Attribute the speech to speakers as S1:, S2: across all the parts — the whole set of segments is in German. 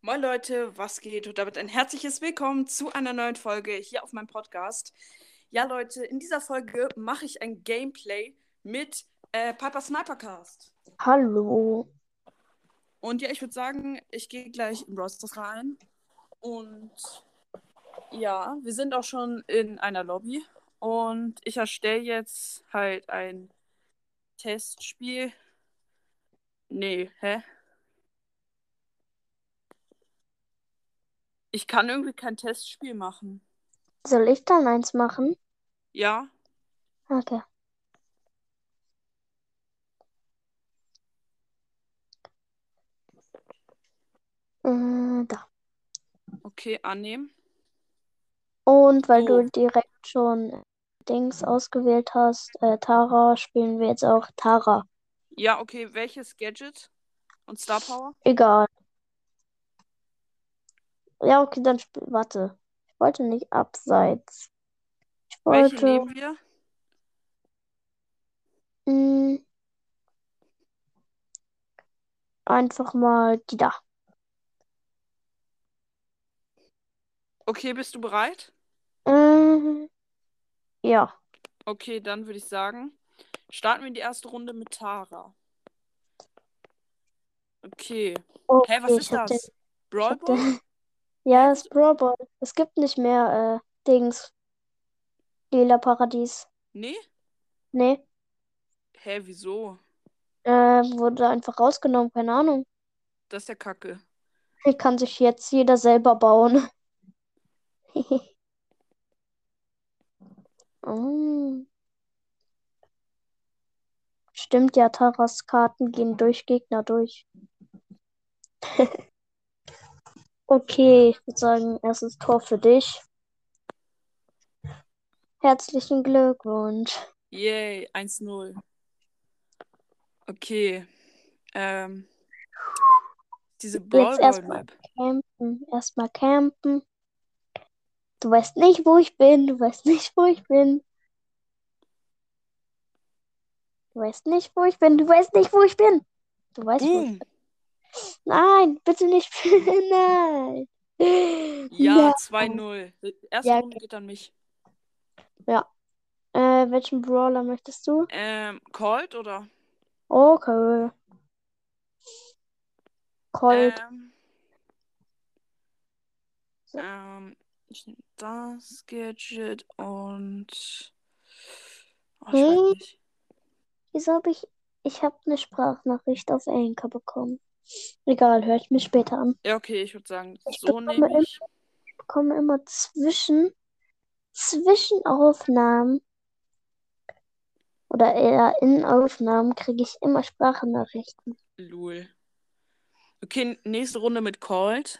S1: Moin Leute, was geht? Und damit ein herzliches Willkommen zu einer neuen Folge hier auf meinem Podcast. Ja Leute, in dieser Folge mache ich ein Gameplay mit äh, Piper Snipercast.
S2: Hallo.
S1: Und ja, ich würde sagen, ich gehe gleich in Rosters rein. Und ja, wir sind auch schon in einer Lobby. Und ich erstelle jetzt halt ein Testspiel. Nee, hä? Ich kann irgendwie kein Testspiel machen.
S2: Soll ich dann eins machen?
S1: Ja,
S2: Okay. Äh, da.
S1: okay, annehmen.
S2: Und weil
S1: Oh.
S2: du direkt schon äh, Dings ausgewählt hast, äh, Tara, spielen wir jetzt auch Tara.
S1: Ja, okay, welches Gadget? Und Star Power?
S2: Egal. Ja, okay, dann spiel. Warte. Ich wollte nicht abseits. Ich
S1: Welche
S2: wollte.
S1: nehmen wir?
S2: mh, einfach mal die da.
S1: Okay, bist du bereit?
S2: Äh, ja.
S1: Okay, dann würde ich sagen, starten wir die erste Runde mit Tara. Okay.
S2: Oh,
S1: Hä, was
S2: okay,
S1: ist
S2: ich hab den-
S1: das? Brawl
S2: Ich hab
S1: Ball?
S2: den- Ja, es ist Brawl Ball. Es gibt nicht mehr äh, Dings. Lila Paradies.
S1: Nee?
S2: Nee,
S1: Hä, wieso?
S2: äh, wurde einfach rausgenommen, keine Ahnung.
S1: Das ist ja Kacke.
S2: Die kann sich jetzt jeder selber bauen. Mm. Stimmt ja, Taras Karten gehen durch Gegner durch. Okay, ich würde sagen, erstes Tor für dich. Herzlichen Glückwunsch.
S1: Yay, 1-0. Okay. Ähm. Diese Brawl
S2: Willst
S1: Ball
S2: erstmal
S1: Map.
S2: campen, erstmal campen. Du weißt nicht, wo ich bin, du weißt nicht, wo ich bin. Du weißt nicht, wo ich bin, du weißt nicht, wo ich bin. Du weißt, wo ich
S1: Boom!
S2: Nein, bitte nicht. Nein.
S1: Ja,
S2: Nein.
S1: 2-0. Erste
S2: Ja,
S1: Runde geht an mich.
S2: Äh, welchen Brawler möchtest du?
S1: Ähm, Colt oder?
S2: Okay. Colt.
S1: Ähm,
S2: So.
S1: ähm, ich nehme das Gadget und. Oh, ich
S2: Hm?
S1: weiß nicht.
S2: Wieso habe ich. Ich habe eine Sprachnachricht auf Anchor bekommen. Egal, höre ich mir später an.
S1: Ja, okay, ich würde sagen,
S2: Ich
S1: so
S2: bekomme,
S1: nehme
S2: im,
S1: ich.
S2: bekomme immer zwischen, zwischen Aufnahmen oder eher in Aufnahmen kriege ich immer Sprachnachrichten.
S1: Lul. Okay, nächste Runde mit Colt.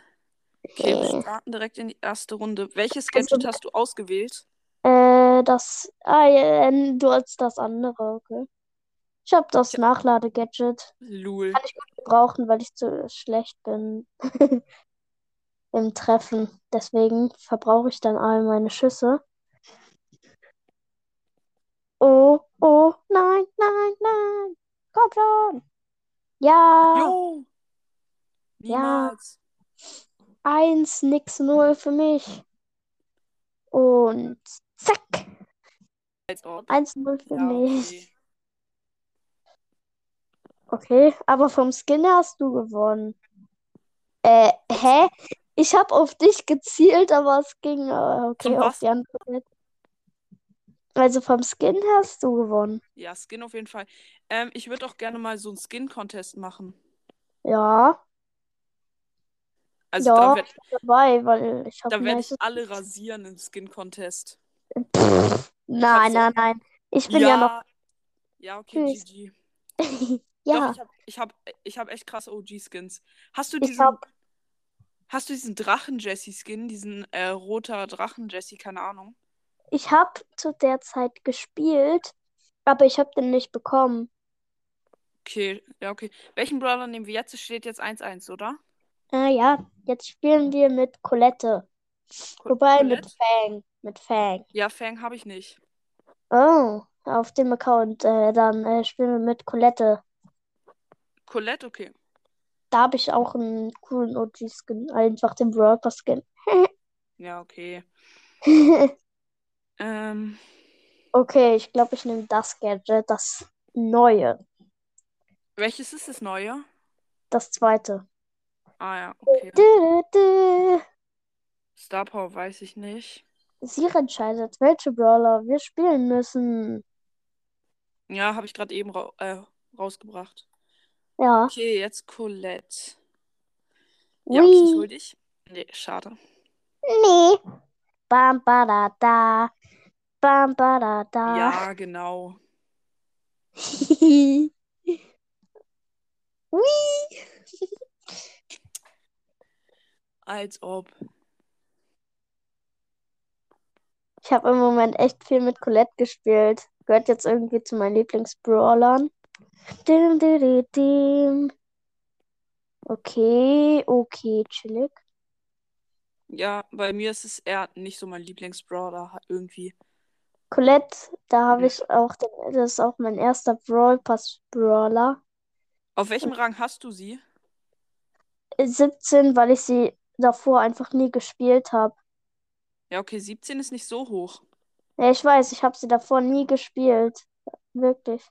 S1: Okay, wir starten direkt in die erste Runde. Welches
S2: Also,
S1: Gadget hast du ausgewählt?
S2: Äh, das. Ah, ja, äh, du hast das andere, okay. Ich habe das
S1: Ja.
S2: Nachladegadget.
S1: Lul.
S2: Kann ich gut gebrauchen, weil ich zu schlecht bin im Treffen. Deswegen verbrauche ich dann all meine Schüsse. Oh, oh, nein, nein, nein. Komm schon. Ja,
S1: Jo!
S2: Ah. ja.
S1: Niemals.
S2: Eins, nix, null für mich. Und zack.
S1: Als ob.
S2: Eins, null für
S1: Ja,
S2: mich.
S1: okay.
S2: Okay, aber vom Skin her hast du gewonnen. Äh, hä? Ich habe auf dich gezielt, aber es ging äh,
S1: Von
S2: okay auf
S1: was?
S2: die andere Seite. Also vom Skin hast du gewonnen.
S1: Ja, Skin auf jeden Fall. Ähm, ich würde auch gerne mal so einen Skin-Contest machen.
S2: Ja,
S1: Also da
S2: ja,
S1: werde
S2: ich bin dabei, weil ich habe
S1: da
S2: ein
S1: werd ich
S2: nice.
S1: alle rasieren im Skin-Contest.
S2: Pff,
S1: Ich habe
S2: nein,
S1: so.
S2: nein, nein. Ich bin ja noch.
S1: Ja, ja, okay,
S2: Tschüss.
S1: GG. Doch,
S2: Ja,
S1: ich habe ich hab, ich hab echt krasse OG-Skins. Hast du
S2: ich habe.
S1: diesen, hast du diesen Drachen-Jesse-Skin, diesen äh, roter Drachen-Jesse, keine Ahnung.
S2: Ich habe zu der Zeit gespielt, aber ich habe den nicht bekommen.
S1: Okay, ja, okay. Welchen Brawler nehmen wir jetzt? Es steht jetzt 1-1, oder?
S2: Äh, ja, jetzt spielen wir mit Colette.
S1: Col
S2: Wobei mit
S1: Colette?
S2: Fang. Mit Fang.
S1: Ja, Fang habe ich nicht.
S2: Oh, auf dem Account. Äh, dann äh, spielen wir mit Colette.
S1: Colette, okay.
S2: Da habe ich auch einen coolen OG-Skin. Einfach den Brawl Pass-Skin.
S1: Ja, okay. Ähm,
S2: okay, ich glaube, ich nehme das Gadget, das neue,
S1: welches ist das neue?
S2: das zweite.
S1: Ah ja, okay.
S2: Dü, dü, dü.
S1: Star Power weiß ich nicht.
S2: Sie entscheidet, welche Brawler wir spielen müssen.
S1: Ja, habe ich gerade eben ra äh, rausgebracht.
S2: Ja.
S1: Okay, jetzt Colette. Ja, okay, ich hol dich. Nee, schade.
S2: Nee. Bam, ba, da, da. Bam, ba, da, da.
S1: Ja, genau.
S2: Hui.
S1: Als ob.
S2: Ich habe im Moment echt viel mit Colette gespielt. Gehört jetzt irgendwie zu meinen Lieblingsbrawlern. Dim, dim, dim, dim. Okay, okay, chillig.
S1: Ja, bei mir ist es eher nicht so mein Lieblingsbrawler ha- irgendwie.
S2: Colette, da habe
S1: Mhm.
S2: ich auch, den, das ist auch mein erster Brawl Pass Brawler.
S1: Auf welchem Rang hast du sie?
S2: 17, weil ich sie davor einfach nie gespielt habe.
S1: Ja, okay, 17 ist nicht so hoch.
S2: Ja, ich weiß, ich habe sie davor nie gespielt. Wirklich.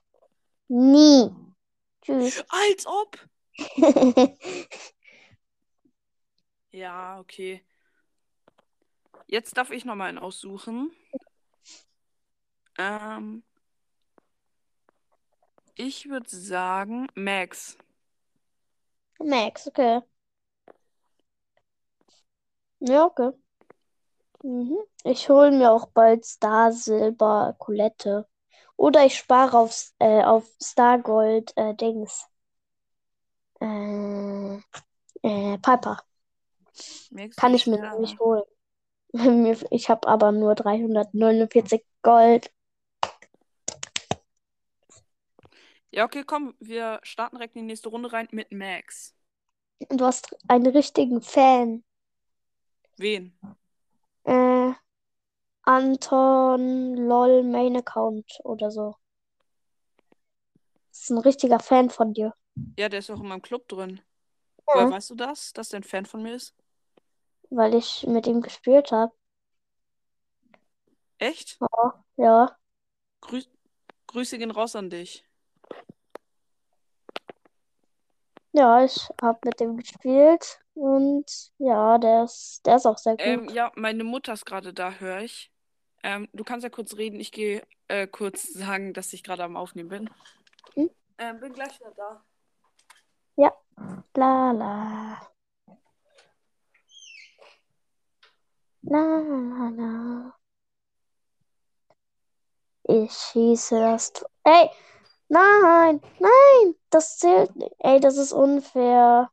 S2: Nie. Tschüss.
S1: Als ob! Ja, okay. Jetzt darf ich nochmal einen aussuchen. Ähm, ich würde sagen, Max.
S2: Max, okay. Ja, okay. Mhm. Ich hole mir auch bald Star Silber Colette. Oder ich spare auf, S- äh, auf Star Gold äh, Dings. Äh, äh, Piper.
S1: Max
S2: Kann
S1: wird
S2: ich mir
S1: schneller.
S2: nicht holen. Mir- Ich habe aber nur 349 Gold.
S1: Ja, okay, komm, wir starten direkt in die nächste Runde rein mit Max.
S2: Du hast einen richtigen Fan.
S1: Wen?
S2: Äh, Anton LOL Main Account oder so. Ist ein richtiger Fan von dir.
S1: Ja, der ist auch in meinem Club drin.
S2: Ja.
S1: Woher weißt du das, dass der ein Fan von mir ist?
S2: weil ich mit ihm gespielt habe.
S1: Echt?
S2: Ja.
S1: Grü Grüße gehen raus an dich.
S2: Ja, ich habe mit ihm gespielt und ja, der ist, der ist auch sehr gut.
S1: Ähm, ja, meine Mutter ist gerade da, höre ich. Ähm, du kannst ja kurz reden. Ich gehe äh, kurz sagen, dass ich gerade am Aufnehmen bin.
S2: Mhm.
S1: Ähm, bin gleich wieder da.
S2: La la. La la la. Ich schieße das. Tor. Ey! Nein! Nein! Das zählt nicht. Ey, das ist unfair.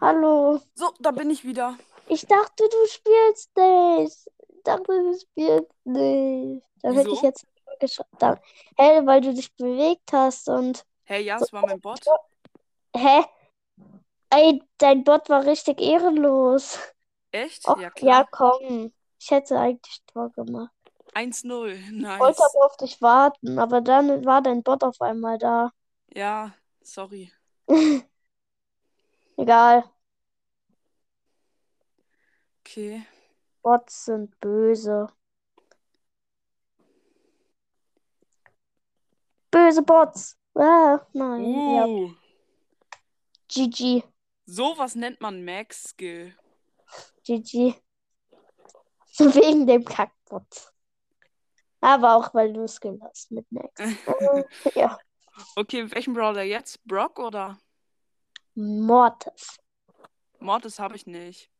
S2: Hallo.
S1: So, da bin ich wieder.
S2: Ich dachte, du spielst nicht. Ich dachte, du spielst nicht. Dann hätte ich
S1: Wieso?
S2: jetzt geschaut. Dann- Hä, weil du dich bewegt hast und.
S1: Hey, ja, es war mein Bot.
S2: Hä? Ey, dein Bot war richtig ehrenlos.
S1: Echt?
S2: Och,
S1: Ja,
S2: ja,
S1: klar.
S2: komm. Ich hätte eigentlich Tor gemacht.
S1: 1-0.
S2: Ich wollte
S1: Nice.
S2: aber auf dich warten, aber dann war dein Bot auf einmal da.
S1: Ja, sorry.
S2: Egal,
S1: Okay.
S2: Bots sind böse. Böse Bots. Ah, nein, ja.
S1: Uh,
S2: GG,
S1: sowas nennt man Max-Skill.
S2: GG. Wegen dem Kackbot. Aber auch, weil du es hast mit Max. ja.
S1: Okay, welchen Brawler jetzt? Brock oder?
S2: Mortis.
S1: Mortis habe ich nicht.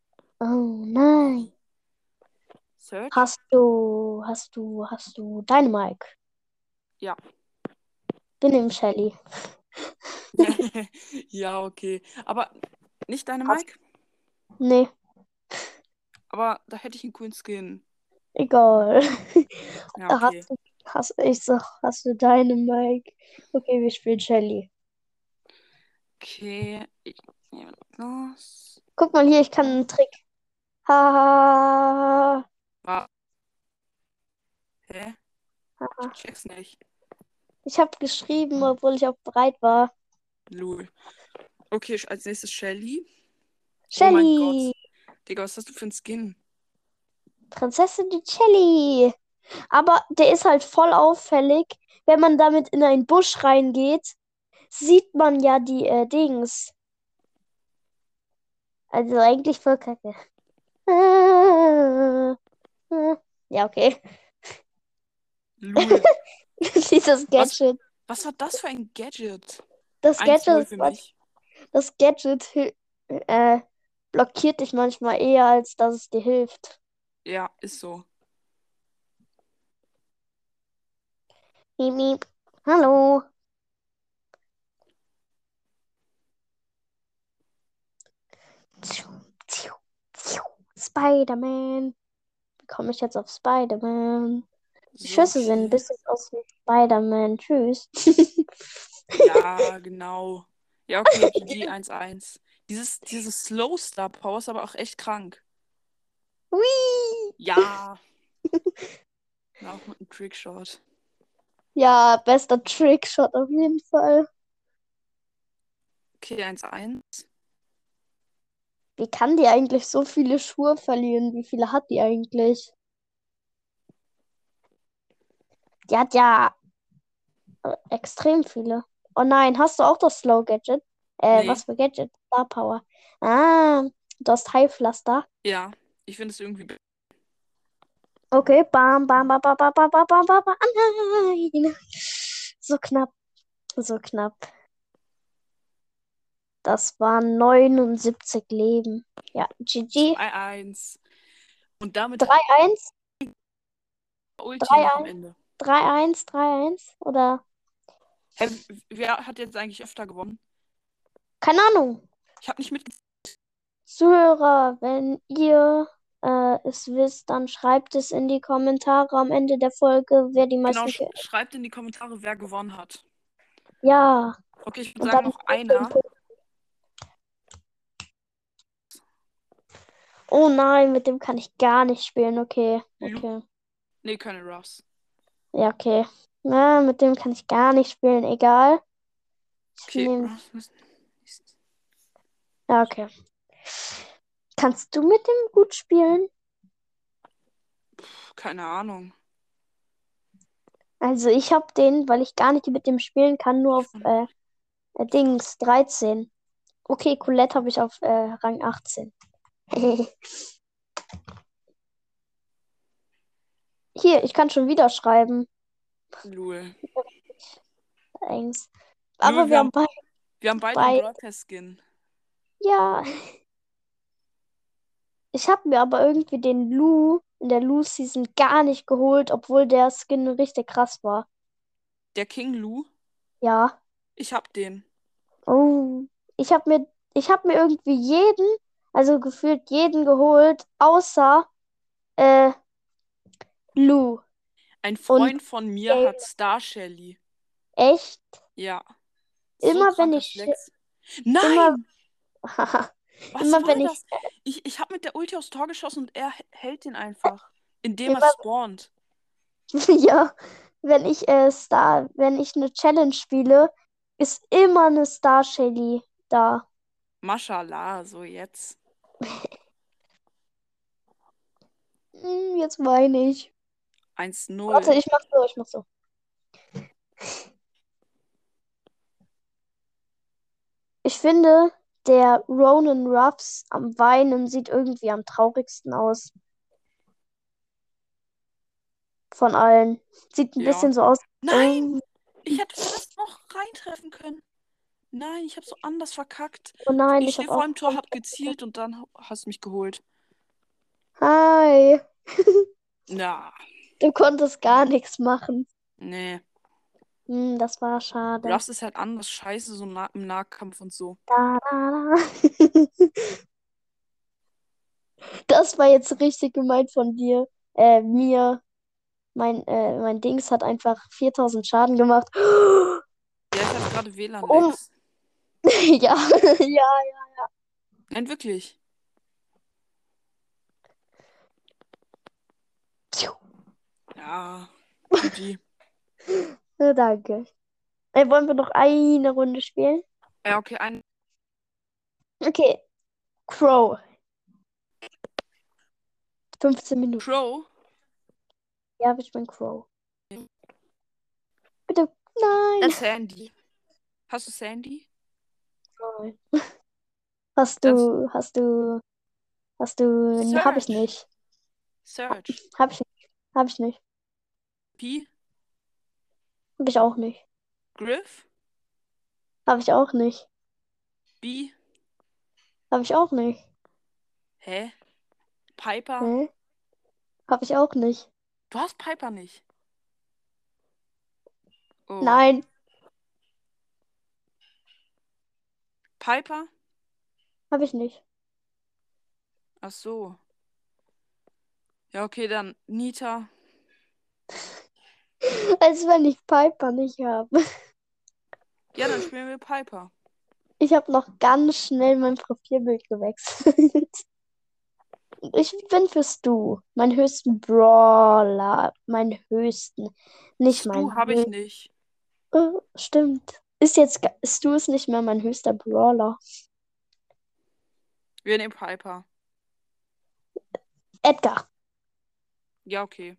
S2: Oh nein.
S1: Search?
S2: Hast du, hast du, hast du deine Mike?
S1: Ja.
S2: Bin im Shelly.
S1: ja, okay. Aber nicht deine
S2: Hast-
S1: Mike?
S2: Nee,
S1: Aber da hätte ich einen coolen Skin.
S2: egal.
S1: Ja, okay.
S2: Hast, du- hast, ich sag, hast du deine Mike? Okay, wir spielen Shelly.
S1: Okay. Ich nehme das.
S2: Guck mal hier, ich kann einen Trick. Ha, ha,
S1: Ah. Hä?
S2: ha,
S1: Ich
S2: ha.
S1: check's nicht. Oh
S2: Ich habe geschrieben, obwohl ich auch bereit war.
S1: Lul. Okay, als nächstes Shelly. Oh mein
S2: Shelly.
S1: Digga, was hast du für ein Skin?
S2: Prinzessin die Shelly. Aber der ist halt voll auffällig. Wenn man damit in einen Busch reingeht, sieht man ja die äh, Dings. Also eigentlich voll kacke. Ah. Ah. Ja, okay.
S1: Lul.
S2: Dieses
S1: Was?
S2: Gadget.
S1: was war das für ein Gadget?
S2: Das
S1: 1-0
S2: Gadget,
S1: für mich.
S2: das Gadget hil- äh, blockiert dich manchmal eher, als dass es dir hilft.
S1: Ja, ist so.
S2: Miep, miep. Hallo. Tschu, tschu, tschu. Spider-Man. Wie komme ich jetzt auf Spider-Man? Die
S1: So
S2: Schüsse sehen
S1: viel.
S2: ein bisschen aus wie Spider-Man. Tschüss.
S1: Ja, genau. Ja, okay, GG 1-1. Dieses, dieses Slow Star Power ist aber auch echt krank.
S2: Hui.
S1: Ja. Ja, Auch mit einem Trickshot.
S2: Ja, bester Trickshot auf jeden Fall.
S1: Okay, 1-1.
S2: Wie kann die eigentlich so viele Schuhe verlieren? Wie viele hat die eigentlich? Die hat ja äh, extrem viele. Oh nein, hast du auch das Slow Gadget? Äh,
S1: Nee.
S2: was für Gadget? Star Power. Ah, du hast Heilpflaster.
S1: Ja, ich finde es irgendwie. be-
S2: Okay, bam, bam, bam, bam, bam, bam, bam, bam, bam, bam. Ah, nein. So knapp, so knapp. Das waren 79 Leben. Ja, GG.
S1: 3-1. Und damit
S2: 3-1,
S1: Ulti
S2: drei,
S1: noch am Ende.
S2: 3-1, 3-1. Oder?
S1: Hä, w- wer hat jetzt eigentlich öfter gewonnen?
S2: Keine Ahnung.
S1: Ich habe nicht mitgezählt.
S2: Zuhörer, wenn ihr äh, es wisst, dann schreibt es in die Kommentare am Ende der Folge, wer die
S1: Genau,
S2: meisten.
S1: sch
S2: Ki-
S1: schreibt in die Kommentare, wer gewonnen hat.
S2: Ja,
S1: Okay, ich würde
S2: und
S1: sagen, noch
S2: dann.
S1: einer.
S2: Oh nein, mit dem kann ich gar nicht spielen. Okay, okay.
S1: Nee, keine Ruffs.
S2: Ja, okay. Na, mit dem kann ich gar nicht spielen, egal. Ich
S1: Okay,
S2: nehm-
S1: Ruffs müssen-
S2: Ja, okay. Kannst du mit dem gut spielen?
S1: Puh, keine Ahnung.
S2: Also ich habe den, weil ich gar nicht mit dem spielen kann, nur auf äh, äh, Dings 13. Okay, Colette habe ich auf äh, Rang 18. Hier, ich kann schon wieder schreiben.
S1: Lul.
S2: Thanks. Aber
S1: wir
S2: wir haben
S1: haben-
S2: beide.
S1: Wir haben beide
S2: Bei-
S1: einen Brawl Pass Skin.
S2: Ja. Ich habe mir aber irgendwie den Lou in der Lou Season gar nicht geholt, obwohl der Skin richtig krass war.
S1: Der King Lou.
S2: Ja.
S1: Ich hab den.
S2: Oh, ich habe mir, ich habe mir irgendwie jeden, also gefühlt jeden geholt, außer äh, Lou.
S1: Ein Freund von mir
S2: Gale.
S1: hat Star Shelly.
S2: Echt?
S1: Ja.
S2: Immer wenn
S1: kranker
S2: ich-
S1: Flex. Nein!
S2: Immer-
S1: was
S2: immer
S1: war
S2: wenn ich-
S1: das? Ich, ich habe mit der Ulti aufs Tor geschossen und er h- hält den einfach. Indem
S2: Immer-
S1: er spawnt.
S2: Ja, wenn ich äh, Star, wenn ich eine Challenge spiele, ist immer eine Star Shelly da.
S1: Maschallah, so jetzt.
S2: Hm, jetzt weine ich. Warte,
S1: 1-0.
S2: ich mach so, ich mach so. Ich finde, der Ronan Ruffs am Weinen sieht irgendwie am traurigsten aus. Von allen. Sieht ein
S1: Ja.
S2: bisschen so aus.
S1: Nein!
S2: Oh,
S1: Ich hätte fast noch reintreffen können. Nein, ich habe so anders verkackt.
S2: oh nein,
S1: Ich,
S2: ich
S1: stehe
S2: hab
S1: vor
S2: auch.
S1: dem Tor, hab gezielt und dann hast mich geholt.
S2: Hi.
S1: Na,
S2: Du konntest gar nichts machen.
S1: nee.
S2: Hm, das war schade.
S1: Ruffs ist halt anders scheiße, so nah im Nahkampf und so.
S2: Da, da, da. Das war jetzt richtig gemeint von dir. Äh, mir. Mein, äh, mein Dings hat einfach 4000 Schaden gemacht.
S1: Ja, ich hatte gerade WLAN.
S2: Oh.
S1: -Lags.
S2: Ja, ja.
S1: Nein, wirklich. Ja. GG.
S2: Na, danke. Äh, wollen wir noch eine Runde spielen?
S1: Ja, okay, ein.
S2: Okay. Crow. 15 Minuten.
S1: Crow?
S2: Ja, ich bin Crow. Bitte. Nein.
S1: Das ist Sandy. Hast du Sandy?
S2: Nein. Hast du, hast du, hast du, nee, hab ich
S1: Search.
S2: nicht.
S1: Search.
S2: Hab ich nicht. Hab ich nicht.
S1: Pi?
S2: Hab ich auch nicht.
S1: Griff?
S2: Hab ich auch nicht.
S1: B?
S2: Hab ich auch nicht.
S1: Hä? Piper?
S2: Hä? Hab ich auch nicht.
S1: Du hast Piper nicht. Oh.
S2: Nein.
S1: Piper?
S2: Hab ich nicht.
S1: Ach so. Ja, okay, dann Nita.
S2: Als wenn ich Piper nicht habe.
S1: Ja, dann spielen wir Piper.
S2: Ich habe noch ganz schnell mein Profilbild gewechselt. Ich bin für Stu. Mein höchsten Brawler. Mein höchsten. Nicht
S1: Du
S2: mein.
S1: habe ich nicht.
S2: Oh, stimmt. Ist jetzt. ga- Stu ist nicht mehr mein höchster Brawler.
S1: Wir nehmen Piper.
S2: Edgar.
S1: Ja, okay.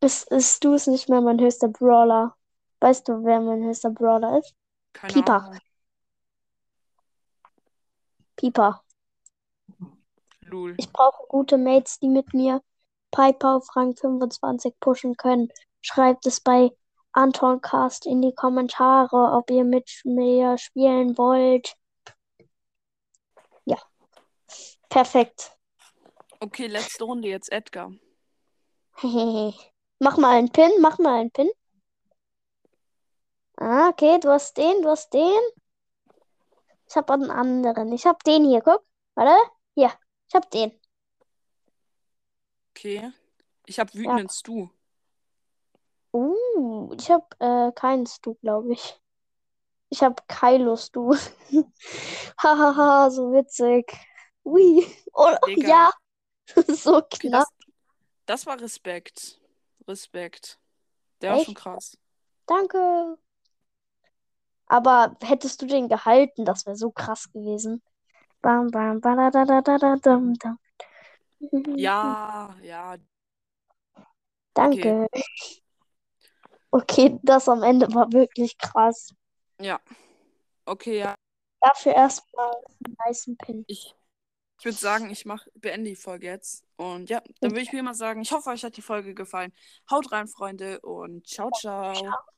S2: Ist, ist, Stu ist nicht mehr mein höchster Brawler. Weißt du, wer mein höchster Brawler ist?
S1: Keine
S2: Piper.
S1: Ahnung.
S2: Piper.
S1: Lul.
S2: Ich brauche gute Mates, die mit mir Piper auf Rang 25 pushen können. Schreibt es bei Anton Cast in die Kommentare, ob ihr mit mir spielen wollt. Ja. Perfekt.
S1: Okay, letzte Runde jetzt Edgar.
S2: mach mal einen Pin, mach mal einen Pin. Ah, okay, du hast den, du hast den. Ich hab einen anderen. Ich hab den hier, guck. Warte. Hier. Ich hab den.
S1: Okay. Ich habe wütenden Stu.
S2: Uh, ich habe äh, keinen Stu, glaube ich. Ich habe Kylo Stu. Hahaha, so witzig. Ui. Oh, oh,
S1: Digga.
S2: ja. So
S1: Okay,
S2: knapp.
S1: das, das war Respekt. Respekt. Der war
S2: Echt?
S1: schon krass.
S2: Danke. Aber hättest du den gehalten, das wäre so krass gewesen. Bam, bam, badadadadadam, dam.
S1: Ja, ja.
S2: Danke. Okay, das am Ende war wirklich krass.
S1: Okay, ja.
S2: Dafür erstmal einen weißen Pin.
S1: Ich, ich würde sagen, ich mach, beende die Folge jetzt. Und ja, dann würde ich mir mal sagen, ich hoffe, euch hat die Folge gefallen. Haut rein, Freunde, und ciao, ciao.